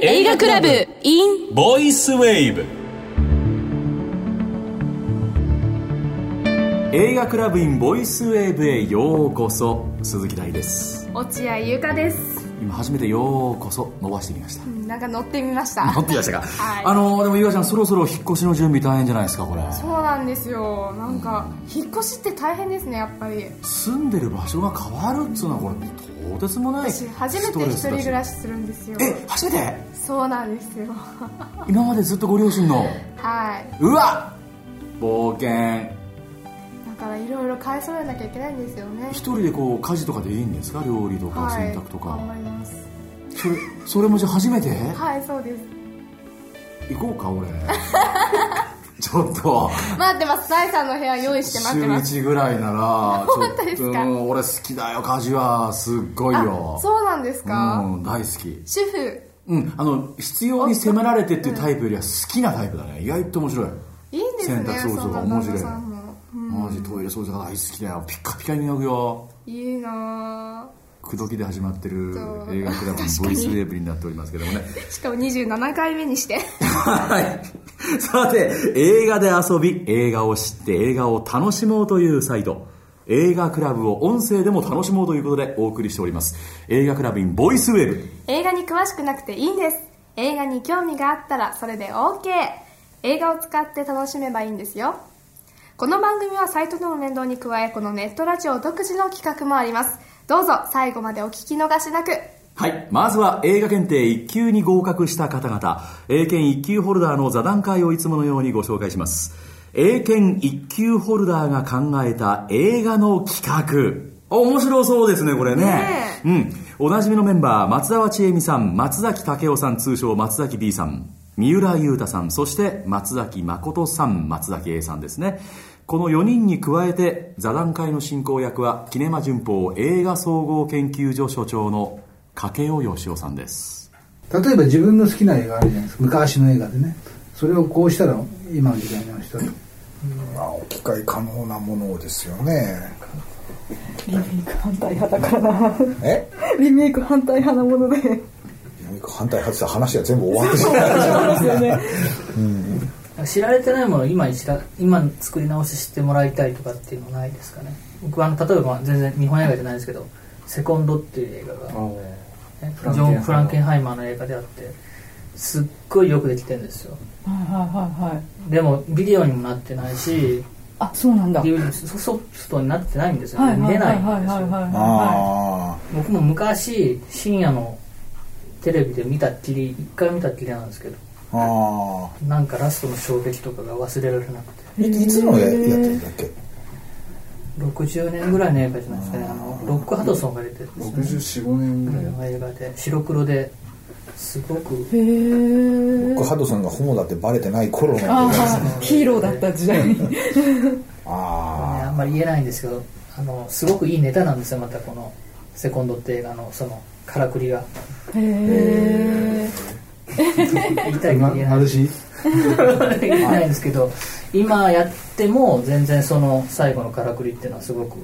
映画クラブ in ボイスウェーブ映画クラブインボイスウェーブへようこそ鈴木大です落合優香です今初めてようこそ伸ばしてみま したうんなんか乗ってみました持ってきましたか、はいあのでもゆかちゃんそろそろ引っ越しの準備大変じゃないですかこれ そうなんですよなんか引っ越しって大変ですねやっぱり住んでる場所が変わるっつうのはこれとてつもない私初めストてレ一ス人だし暮らしするんですよえ初めてそうなんですよ 今までずっとご両親のはうわ冒険いだからいろいろ買い揃えなきゃいけないんですよね一人でこう家事とかでいいんですか料理とかはい洗濯とか、頑張りますそれそれもじゃあ初めてはいそうです行こうか俺 ちょっと待ってます第3の部屋用意して待って週ます一ぐらいならちょ 本当ですかうん俺好きだよ家事はすっごいよあそうなんですか、うん大好き主婦うんあの必要に迫られてっていうタイプよりは好きなタイプだね意外と面白いいいですね洗濯そ掃除とんかな面旦白い那さんも、うんマジトイレ掃除が大好きだよピッカピカに磨くよいいな口説きで始まってるそう映画クラブのボイスウェーブになっておりますけどもねぁしかも27回目にしてはい。さて、映画で遊び、映画を知って映画を楽しもうというサイト、映画クラブを音声でも楽しもうということでお送りしております。映画クラブインボイスウェブ。映画に詳しくなくていいんです映画に興味があったらそれで OK 映画を使って楽しめばいいんですよこの番組はサイトとの連動に加えこのネットラジオ独自の企画もありますどうぞ最後までお聞き逃しなくはい。まずは映画検定1級に合格した方々、英検1級ホルダーの座談会をいつものようにご紹介します。英検1級ホルダーが考えた映画の企画。面白そうですね、これね。ねうん。おなじみのメンバー、松沢千恵美さん、松崎武雄さん、通称松崎 B さん、三浦優太さん、そして松崎誠さん、松崎 A さんですね。この4人に加えて、座談会の進行役は、キネマ旬報映画総合研究所所長の掛尾義雄さんです。例えば自分の好きな映画あるじゃないですか昔の映画でねそれをこうしたら今の時代の人とまあ、置き換え可能なものですよね。反対派だからなえリメイク反対派なもので反対派って話は全部終わってしまう。知られてないものを今一から今作り直ししてもらいたいとかっていうのはないですかね僕はあの例えば全然日本映画じゃないですけど「セコンド」っていう映画が、ね、ジョン・フランケンハイマーの映画であってすっごいよくできてるんですよはいはいはいはいでもビデオにもなってないしあそうなんだはい DVD ソソフトになってないんですよ、はいね、見はいれはないいんはいですはよ、いはあ僕も昔深夜のテレビで見たっきり一回見たっきりなんですけどあ、あなんかラストの衝撃とかが忘れられなくてあ。いいつのややってるんだっけ60年ぐらいの映画じゃないですかねあのロックハドソンが出てるんですね4、5年の映画で白黒ですごくいへえロックハドソンがホモだってバレてない頃の映あ画ですね。あヒーローだった時 代にああんまり言えないんですけどあのすごくいいネタなんですよまたこの「セコンド」って映画のそのからくりがへえ言いたいけど言えないし 言えないんですけど今やっても全然その最後のからくりっていうのはすごく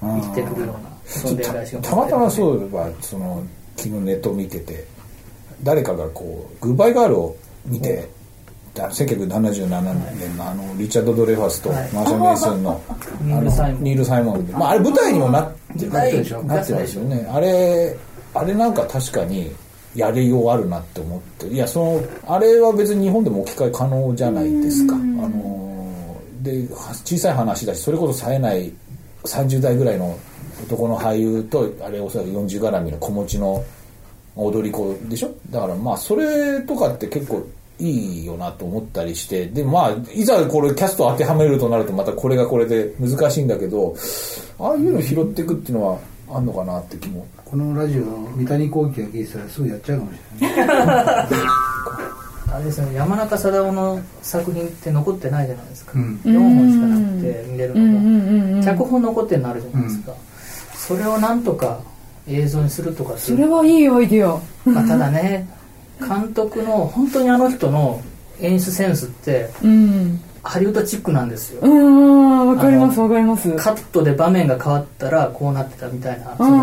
生きてくるようなそんであ返しがたたまたまうそういえば、その、昨日ネットを見てて、誰かがこう、グッバイガールを見て、だ1977年のあのリチャード・ドレファスとマはいーシャル・メイソンの ニール・サイモンニール・サイモンで、まあ、あれ舞台にもなって舞なっ台てるでしょなってますよねあれあれなんか確かにやりようあるなって思っていやそのあれは別に日本でも置き換え可能じゃないですかあのーでは小さい話だしそれこそ冴えない30代ぐらいの男の俳優とあれおそらく40絡みの子持ちの踊り子でしょだからまあそれとかって結構いいよなと思ったりしてでまあいざこれキャスト当てはめるとなるとまたこれがこれで難しいんだけどああいうの拾っていくっていうのはあんのかなって気もこのラジオの三谷幸喜が聞いてたらすぐやっちゃうかもしれないあれですよね山中貞夫の作品って残ってないじゃないですか、うん4本しかなくて見れるのが、うんうんうん脚本残ってるのあるじゃないですか、それをなんとか映像にするとかっていそうれはいいアイディアまあ、ただね監督の本当にあの人の演出センスってうんハリウッドチックなんですよ、うんわかりますわかりますカットで場面が変わったらこうなってたみたいなそうんうんうんう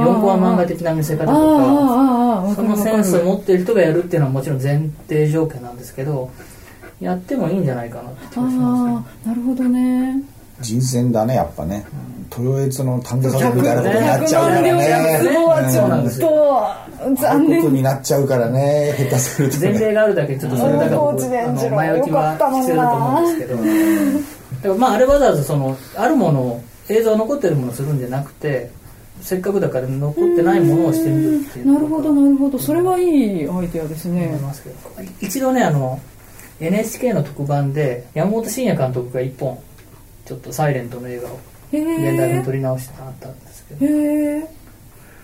のん4コマ漫画的な見せ方とああかああああわそかるのわかセンセンスを持ってる人がやるっていうのはもちろん前提条件なんですけどやってもいいんじゃないかなって気がしまああなるほどね人選だねやっぱね豊悦の短歌家族みたいなことになっちゃうから100ね万両すうんそうなんですよとこ残と念になっちゃうからね下手すると前ね例があるだけでちょっとそれだから大僕河内伝次郎あの前置きは必要だと思うんですけどでもまああれわざわざそのあるものを映像残ってるものをするんじゃなくてせっかくだから残ってないものをしてみるっていうなるほどねなるほどそれはいいアイデアですね思いますけど一度ねあの NHK の特番で山本慎也監督が一本ちょっと「サイレントの映画をへ現代風に撮えり直してあったんですけどへえ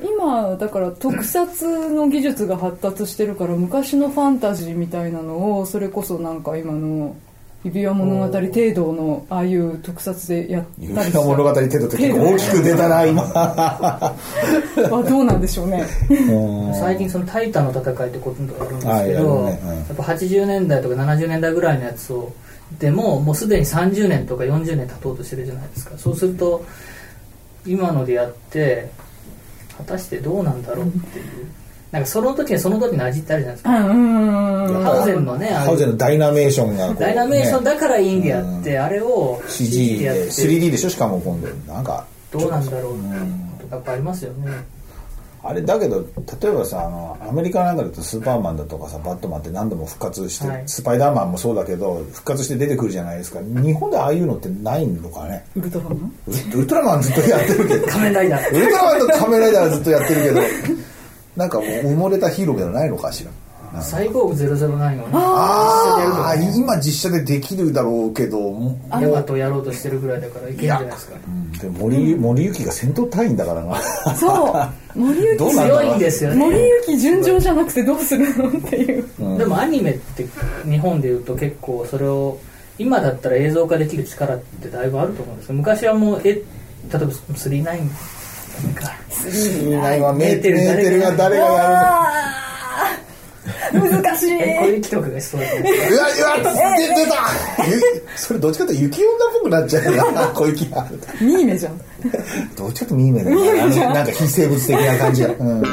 今だから特撮の技術が発達してるから昔のファンタジーみたいなのをそれこそなんか今の指輪物語程度のああいう特撮でや有った名りな物語程度って結構大きく出たな今はどうなんでしょ うね最近その「タイタンの戦い」ってことがあるんですはいけやるど、ねうんやっぱ80年代とか70年代ぐらいのやつをでももうすでに30年とか40年経とうとしてるじゃないですかそうすると今のでやって果たしてどうなんだろうっていうなんかその時にその時の味ってあるじゃないですうかんうんうんうんハウゼンのねああいうハウゼンのダイナメーションがこうねダイナメーションだからいいんでやって、あれを CG やっでて 3D でしょしかも今度なんかどうなんだろうってことがやっぱありますよねあれだけど例えばさあのアメリカなんかだとスーパーマンだとかさバットマンって何度も復活して、はいスパイダーマンもそうだけど復活して出てくるじゃないですか日本でああいうのってないのかねウルトラマンウルウルトラマンずっとやってるけ ど仮面ライダーウルトラマンと仮面ライダーはずっとやってるけどなんかもう埋もれたヒーローじゃないのかしらサイボーグ009をねああ今実写でできるだろうけどもうヤマトをやろうとしてるぐらいだからいけるんじゃないですかで森森行きが戦闘隊員だから なそう森行どうなんだ強ろういんですよね森行純情じゃなくてどうするのっ ていうでもアニメって日本でいうと結構それを今だったら映像化できる力ってだいぶあると思うんですけど昔はもうえ例えば39なんかいないわ メメーテーテルルが誰がやるの難しいえ小雪とかがしそうだねうわうわ出出たゆそれどっちかというと雪女っぽくなっちゃうな小雪がミーメじゃんどっちかというとミーメンだなあのなんか非生物的な感じが、うん、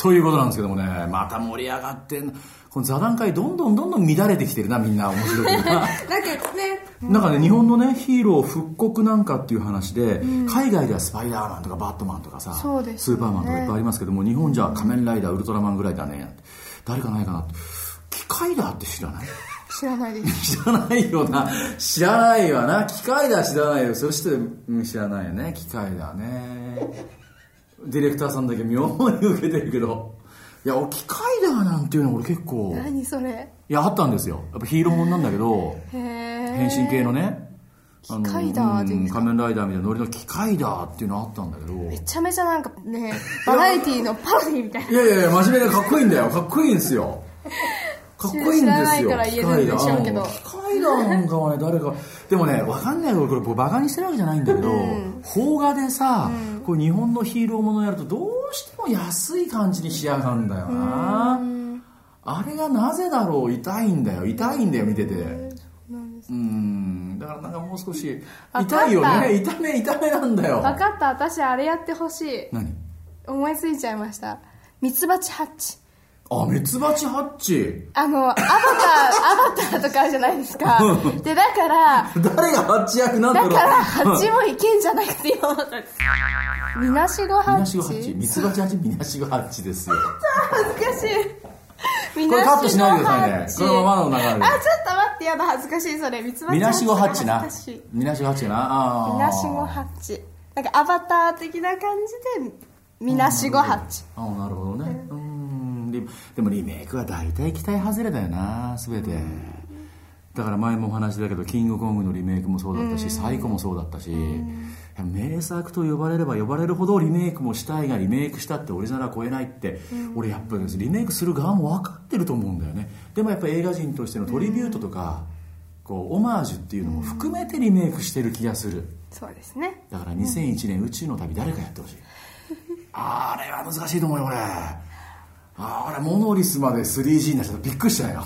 ということなんですけどもね、また盛り上がってんのこの座談会どんどんどんどん乱れてきてるな、みんな面白いな。 だけどねなんかね、日本のね、ヒーロー復刻なんかっていう話で、海外ではスパイダーマンとかバットマンとかさ、そうですスよねーパーマンとかいっぱいありますけども、日本じゃ仮面ライダー、ウルトラマンぐらいだね、なんて誰かないかなって。機械だって知らない知らないです知らないよな。知らないわな。機械だ知らないよ。そして、うん知らないよね。機械だね。ディレクターさんだけ妙に受けてるけど。いや、俺機械だなんていうの俺結構。何それいや、あったんですよ。やっぱヒーローもんなんだけど、へえ変身系のね。あの機械だーっていうんうでんすか仮面ライダーみたいなノリの機械だーっていうのあったんだけど。めちゃめちゃなんかねバラエティーのパロディーみたいないやいやいや、真面目でかっこいいんだよ。かっこいいんですよ。かっこいいんですよ。知らないから言えるんでしょうけど機械だなんかはね、誰か。でもね、わかんないよ。これ僕バカにしてるわけじゃないんだけど、邦画でさ、こう日本のヒーローものやるとどうしても安い感じに仕上がるんだよな。あれがなぜだろう痛いんだよ。痛いんだよ、見てて。うん。だからなんかもう少し、あ痛いよわかったね。痛め、痛めなんだよ。分かった私あれやってほしい何思いついちゃいましたミツバチハッチあ、ミツバチハッチ。あのアバターアバターとかあるじゃないですか でだから誰がハッチ役なんだろだうからハチもいけんじゃないって今思ったんですみなしごハみなッしチごハッチミツバチハッチみなしごハッチ ですよ恥ずかしいみこれカットしないでくださいハッねチこのままの流れあでちょっと待ってやだ恥ずかしいそれみつばちみなしごハッチな恥ずかしいみなしごハッチなあーみなしごハッチなんかアバター的な感じでみなしごハッチあーなるほどねうんリでもリメイクは大体期待外れだよな全てだから前もお話しだけど「キングコング」のリメイクもそうだったし「サイコ」もそうだったし名作と呼ばれれば呼ばれるほどリメイクもしたいがリメイクしたってオリジナルは超えないって俺やっぱりですリメイクする側も分かってると思うんだよねでもやっぱ映画人としてのトリビュートとかこうオマージュっていうのも含めてリメイクしてる気がするそうですねだから2001年宇宙の旅誰かやってほしいあれは難しいと思うよ俺あれモノリスまで 3G になっちゃったびっくりしたよ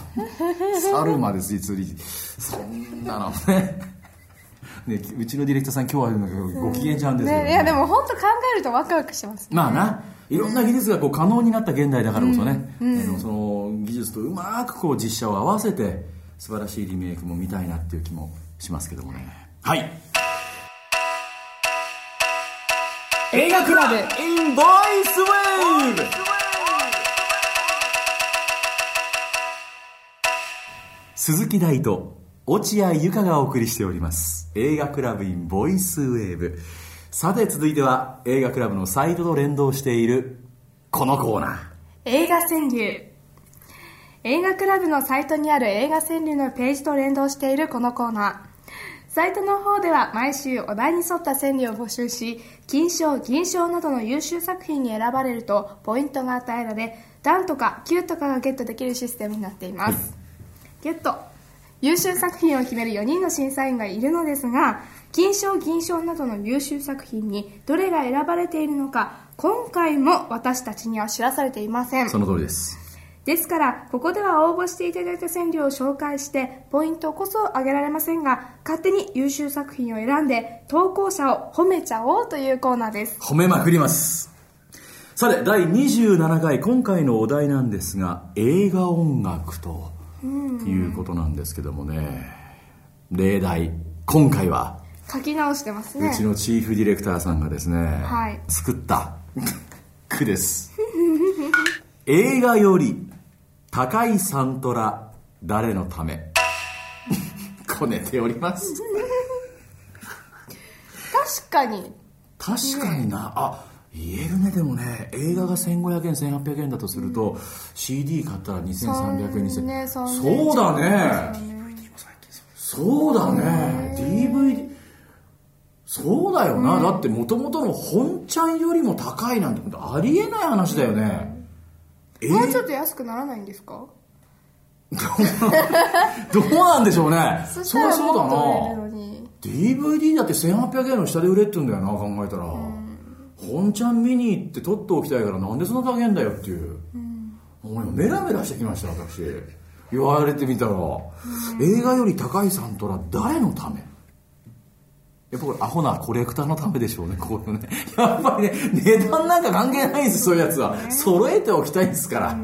猿まで 3G そんなのねね、うちのディレクターさん今日はなんかご機嫌ちゃうんですけど、ね、いやでも本当考えるとワクワクします、ね、まあないろんな技術がこう可能になった現代だからこそね、あのその技術とうまくこう実写を合わせて素晴らしいリメイクも見たいなっていう気もしますけどもねはい映画クラブ in ボイスウェーブ鈴木大と落合由香がお送りしております映画クラブ in ボイスウェーブさて続いては映画クラブのサイトと連動しているこのコーナー映画川柳映画クラブのサイトにある映画川柳のページと連動しているこのコーナーサイトの方では毎週お題に沿った川柳を募集し金賞銀賞などの優秀作品に選ばれるとポイントが与えられ段とか9とかがゲットできるシステムになっていますゲット優秀作品を決める4人の審査員がいるのですが金賞銀賞などの優秀作品にどれが選ばれているのか今回も私たちには知らされていませんその通りですですからここでは応募していただいた川柳を紹介してポイントこそ上げられませんが勝手に優秀作品を選んで投稿者を褒めちゃおうというコーナーです褒めまくりますさて第27回今回のお題なんですが映画音楽ということなんですけどもね例題今回は書き直してますうねちのチーフディレクターさんがですね、はい作った句です映画より高いサントラ誰のため こねております確かに確かになあ言えるねでもね映画が1500円1800円だとすると、CD 買ったら2300円2000円、ね3000そうだねそうだね DVD そうだよな、だってもともとの本ちゃんよりも高いなんてことありえない話だよね、えもうーちょっと安くならないんですかどうなんでしょうねそしそたりゃらそもっとう売れだなるのに DVD だって1800円の下で売れって言うんだよな考えたら、本ちゃん見に行って取っておきたいからなんでそんな高えんだよっていう、もうメラメラしてきました私言われてみたら、映画より高いサントラ誰のためやっぱこれアホなコレクターのためでしょうねこういうねやっぱりね値段なんか関係ないんですそういうやつは揃えておきたいんですから、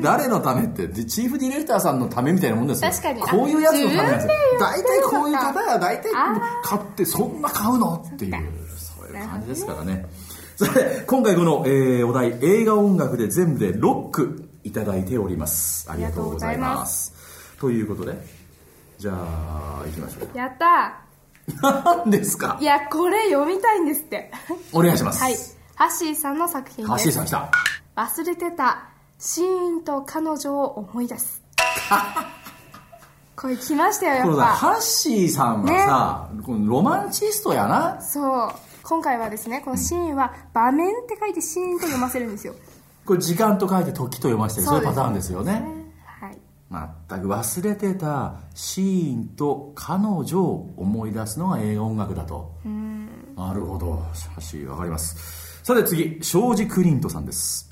誰のためってでチーフディレクターさんのためみたいなもんですよ確かにこういうやつのためなんですよ大あ自分で体言ってるのかこういう方が大体買ってそんな買うのっていうそういう感じですからねさて今回この、えーお題映画音楽で全部で6句いただいておりますありがとうございますということでじゃあ行きましょうやった何ですかーいやこれ読みたいんですってお願いします、はいハッシーさんの作品ハッでシーすさん来た忘れてたシーンと彼女を思い出 すこれ来ましたよこやのっさぱハッシーさんはさ、このロマンチストやなそう今回はですねこのシーンは場面って書いてシーンと読ませるんですよこれ時間と書いて時と読ませてるそういうそパうですターンですよねはい全く忘れてたシーンと彼女を思い出すのが映画音楽だとなるほどしかしわかりますさて次庄司クリントさんです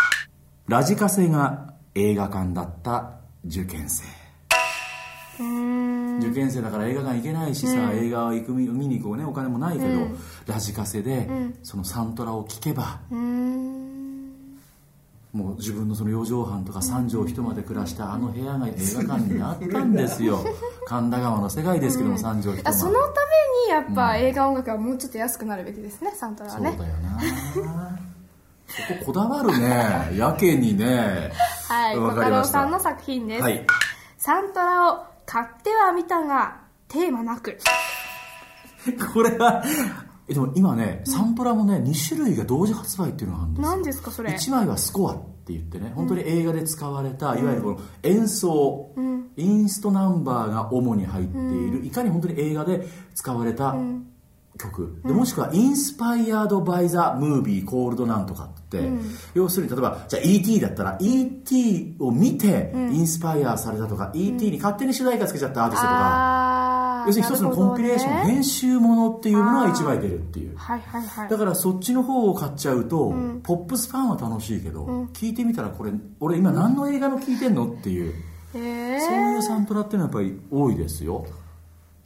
ラジカセが映画館だった受験生受験生だから映画館行けないしさ、映画を行く見見に行こうねお金もないけど、ラジカセでそのサントラを聴けば、もう自分のその四畳半とか三畳一間で暮らしたあの部屋が映画館になったんです よ神田川の世界ですけども三畳一間あそのためにやっぱ映画音楽はもうちょっと安くなるべきですねサントラはそうだねよなそここだわるねやけにねはい小わか太りま郎したさんの作品です、はい サントラを買ってはみたがテーマなくこれはえでも今ねサントラもね2種類が同時発売っていうのがあるんですよ何ですかそれ1枚はスコアって言ってね本当に映画で使われた、いわゆるこの演奏、インストナンバーが主に入っている、いかに本当に映画で使われた曲、でもしくはインスパイアード・バイ・ザ・ムービー・コールド・なんとかって、要するに例えばじゃあ E.T. だったら E.T. を見てインスパイアされたとか、E.T. に勝手に主題歌つけちゃったアーティストとか、あー要するに一つのコンピレーション、なるほどね編集ものっていうものが1枚出るっていう。はいはいはいだからそっちの方を買っちゃうと、ポップスファンは楽しいけど、聞いてみたらこれ俺今何の映画の聞いてんのっていう、えーそういうサントラっていうのはやっぱり多いですよ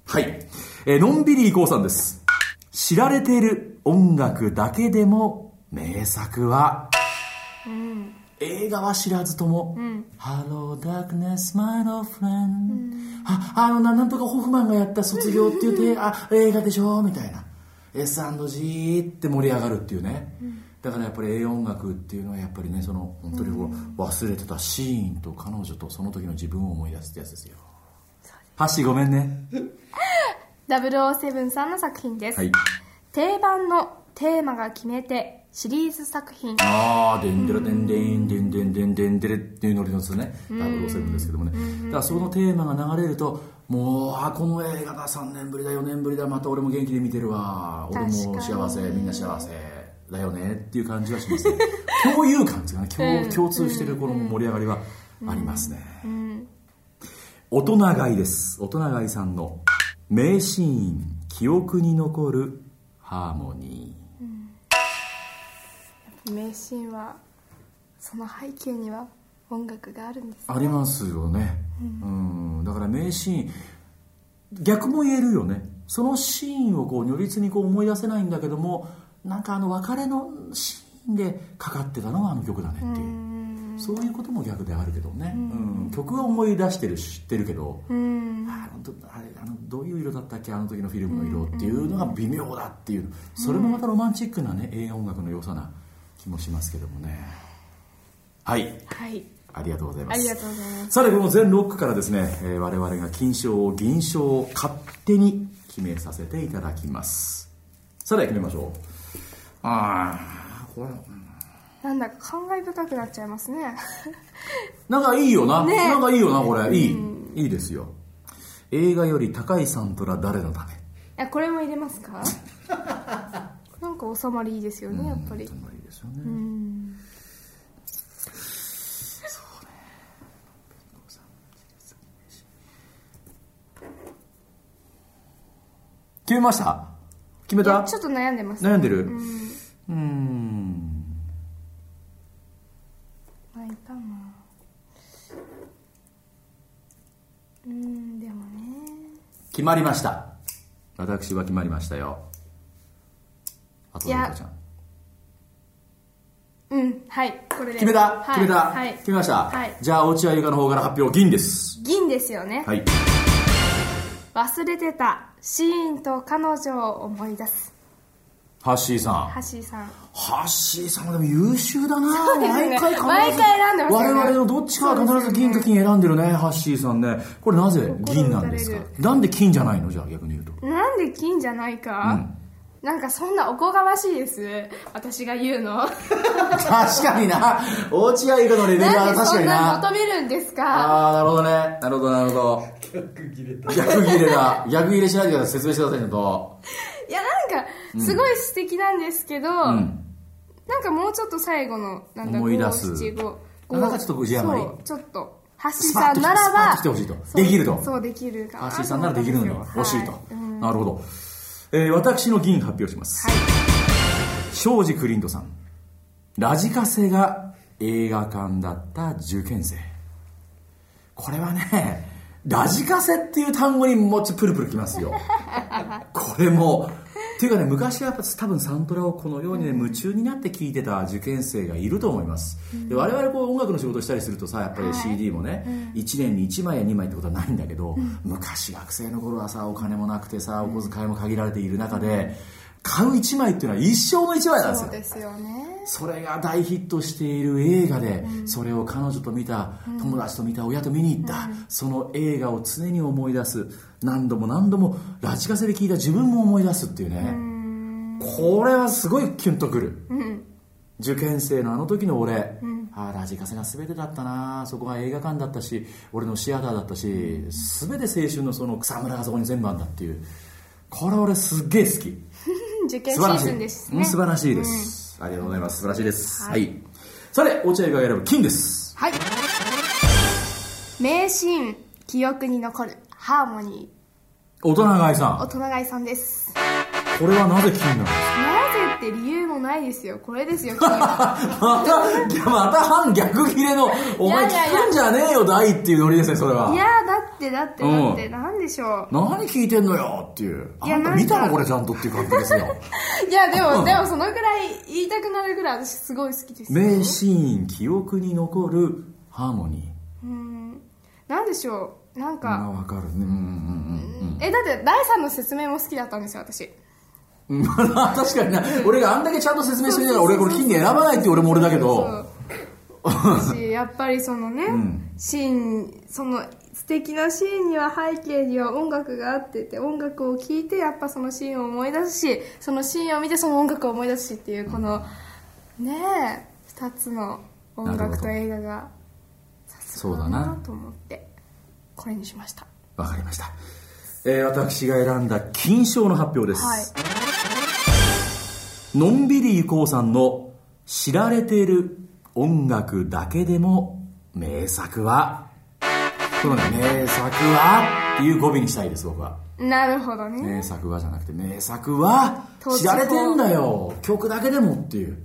はい、ええーのんびりいこうさんです知られている音楽だけでも名作は、映画は知らずとも「Hello Darkness My Old Friend、ああのななんとかホフマンがやった卒業っていうてあ映画でしょみたいな S&G って盛り上がるっていうね、だからやっぱり映画音楽っていうのはやっぱりねその本当にこう忘れてたシーンと彼女とその時の自分を思い出すってやつですよハッシーごめんね007さんの作品です、はい定番のテーマが決めてシリーズ作品ああ、でんでらでんでんでんでんでんでんでれっていうノリのですね、007ですけどもね、だからそのテーマが流れると、もう、あこの映画だ、3年ぶりだ、4年ぶりだ、また俺も元気で見てるわ、俺も幸せ、みんな幸せだよねっていう感じはしますね、共有感ですかね共、共通してるこの盛り上がりはありますね。大人買いです、大人買いさんの名シーン、記憶に残るハーモニー。名シーンはその背景には音楽があるんですありますよね、うんだから名シーン逆も言えるよねそのシーンをこう如実にこう思い出せないんだけどもなんかあの別れのシーンでかかってたのはあの曲だねっていう、そういうことも逆であるけどね、うん曲は思い出してるし知ってるけど、あのどあれあのどういう色だったっけあの時のフィルムの色っていうのが微妙だっていうそれもまたロマンチックなね映画音楽の良さな気もしますけどもねはいはいありがとうございまあすりがとうございますさてこの全6区からですね、えー我々が金賞を銀賞を勝手に決めさせていただきますさて決めましょうああこれなんだか感慨深くなっちゃいますねなんかいいよな、ねなんかいいよなこれいい、いいですよ映画より高いサントラ誰のためいやこれも入れます かなんか収まりいいですよねやっぱりいいですよね、決めました決めいやたちょっと悩んでます悩んでるうーんないかなうんでもね決まりました私は決まりましたよあといやのりかちゃんうんはいこれで決めた、はい決めた、はい決めました、はいじゃあ落合ゆかの方から発表銀です銀ですよねはい忘れてたシーンと彼女を思い出すハッシーさんハッシーさんハッシーさんはでも優秀だな、ですね毎回必ず毎回選んでます我よね々のどっちかは必ず銀か金選んでるねハッシーさんねこれなぜ銀なんです打かたれなんで金じゃないのじゃあ逆に言う となんで金じゃないか、なんかそんなおこがましいです私が言うの確かに な落合ゆかのレベルなはんで確そかんになな求めるんですかああ、なるほどね。なるほど、なるほど。逆切れだ。逆切れだ。逆切れしないでください。説明してください、ちゃんと。いやなんかすごい素敵なんですけど、うん。なんかもうちょっと最後のなんだ思い出す五七五五なんかちょっと字余りそうちょっと橋さんならばスパッと来てほしいとそうできるとそうできるかハッシーさんならできるのには惜しいと。はなるほど。えー私の銀発表します。庄司クリントさん。ラジカセが映画館だった受験生。これはね、ラジカセっていう単語にもうちょっとプルプルきますよ。これもっていうかね昔はやっぱ多分サントラをこのようにね夢中になって聴いてた受験生がいると思います、で我々こう音楽の仕事したりするとさやっぱり CD もね、1年に1枚や2枚ってことはないんだけど、昔学生の頃はさお金もなくてさお小遣いも限られている中で買う1枚っていうのは一生の1枚なんですそうよですよねそれが大ヒットしている映画で、それを彼女と見た、友達と見た親と見に行った、その映画を常に思い出す何度も何度もラジカセで聴いた自分も思い出すっていうね、これはすごいキュンとくる、受験生のあの時の俺、ああラジカセが全てだったなそこが映画館だったし俺のシアターだったし全て青春のその草むらがそこに全部あんだっていうこれ俺すっげえ好きうん受験シ素晴らーしいズンですうねん素晴らしいです、ありがとうございます素晴らしいですはい、それ落合が選ぶ金ですはい名シーン記憶に残るハーモニ大人買いさー大ん人買いさんですこれはなぜ金なのなぜって理由もないですよこれ ですよ君は またいやまた反逆切れのお前いやいやいや聞くんじゃねえよ大っていうノリですねそれはいやだってだってだってなんでしょ何聞いてんのよっていういやあんたなんか見たのこれちゃんとっていう感じです よういやでもでもそのぐらい言いたくなるぐらい私すごい好きですよ名シーン記憶に残るハーモニーうんなんでしょうなんまあかわかるねうんうんえだって第三の説明も好きだったんですよ私うんうん 確かにな俺があんだけちゃんと説明してるから俺これ金に選ばないって俺も俺だけど そうしやっぱりそのね、んシーンその素敵なシーンには背景には音楽があってて音楽を聴いてやっぱそのシーンを思い出すしそのシーンを見てその音楽を思い出すしっていうこの、ねえ2つの音なる楽ほとど映画がそうだななと思ってこれにしましたわかりました、えー私が選んだ金賞の発表です、はいのんびりこうさんの知られている音楽だけでも名作はこのね名作はっていう語尾にしたいです僕はなるほどね名作はじゃなくて名作は当時知られてんだよ曲だけでもっていう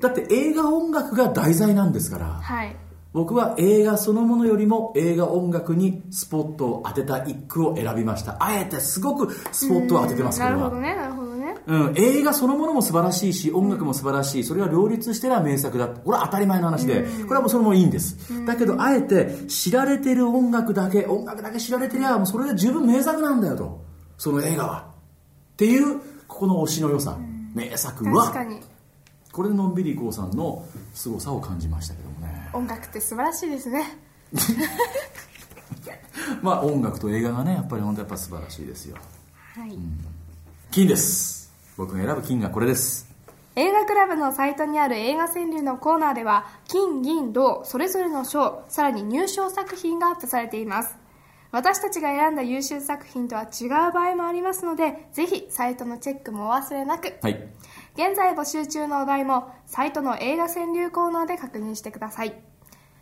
だって映画音楽が題材なんですからはい僕は映画そのものよりも映画音楽にスポットを当てた一句を選びましたあえてすごくスポットを当ててますなこれるはほどねなるほどねうん、映画そのものも素晴らしいし音楽も素晴らしいそれが両立してら名作だこれは当たり前の話でこれはもうそれもいいんですだけどあえて知られてる音楽だけ音楽だけ知られてりゃもうそれで十分名作なんだよとその映画はっていうここの推しの良さ名作確かはにこれでのんびりこうさんの凄さを感じましたけどもね音楽って素晴らしいですね まあ音楽と映画がねやっぱり本当やっぱ素晴らしいですよはい、金です僕が選ぶ金がこれです映画クラブのサイトにある映画川柳のコーナーでは金銀銅それぞれの賞さらに入賞作品がアップされています私たちが選んだ優秀作品とは違う場合もありますのでぜひサイトのチェックもお忘れなくはい現在募集中のお題もサイトの映画川柳コーナーで確認してください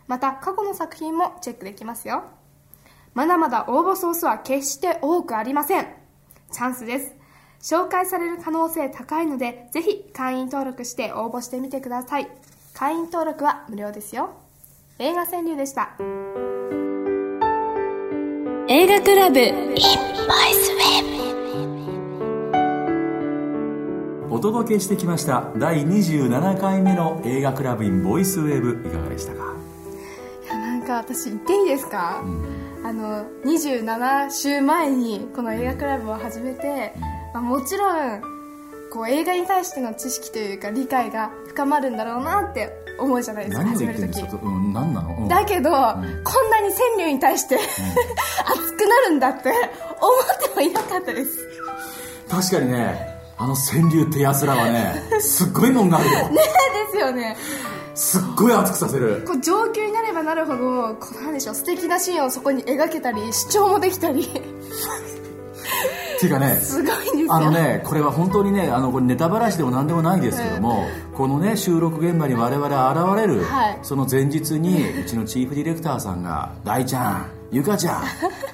また過去の作品もチェックできますよまだまだ応募総数は決して多くありませんチャンスです紹介される可能性高いのでぜひ会員登録して応募してみてください会員登録は無料ですよ映画川柳でした映画クラブお届けしてきました第27回目の映画クラブインボイスウェーブいかがでしたかいやなんか私言っていいですか、あの27週前にこの映画クラブを始めて、まあ、もちろんこう映画に対しての知識というか理解が深まるんだろうなって思うじゃないですか何を始言めってるるんです時か、うん、何なの、うんだけど、こんなに川柳に対して熱くなるんだって思ってもいなかったですね確かにねあの川柳ってやつらはねすっごいもんがあるよですよねすっごい熱くさせるこう上級になればなるほどこうなんでしょう素敵なシーンをそこに描けたり主張もできたりっていうかねすごいんですよあのねこれは本当にねあのこれネタばらしでも何でもないですけども、このね収録現場に我々現れる、はいその前日にうちのチーフディレクターさんが「大ちゃんゆか ちゃん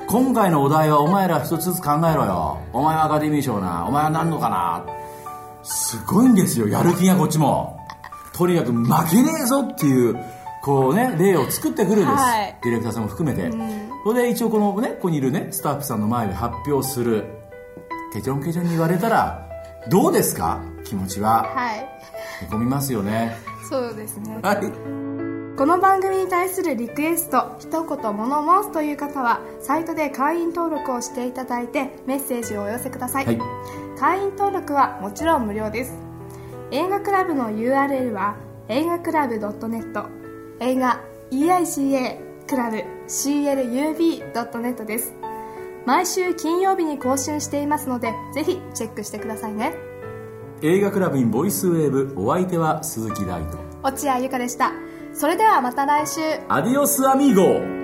今回のお題はお前ら一つずつ考えろよお前はアカデミー賞なお前は何のかな」すごいんですよやる気がこっちもとにかく負けねえぞっていうこうね例を作ってくるんです、はいディレクターさんも含めて、それで一応このねここにいるねスタッフさんの前で発表するケチョンケチョンに言われたらどうですか気持ちははいへこみますよねそうですねはいこの番組に対するリクエスト一言物申すという方はサイトで会員登録をしていただいてメッセージをお寄せください、はい会員登録はもちろん無料です映画クラブの URL は映画クラブ .net 映画 EICA クラブ CLUB.net です毎週金曜日に更新していますのでぜひチェックしてくださいね映画クラブインボイスウェーブお相手は鈴木大と落合ゆかでしたそれではまた来週アディオスアミーゴ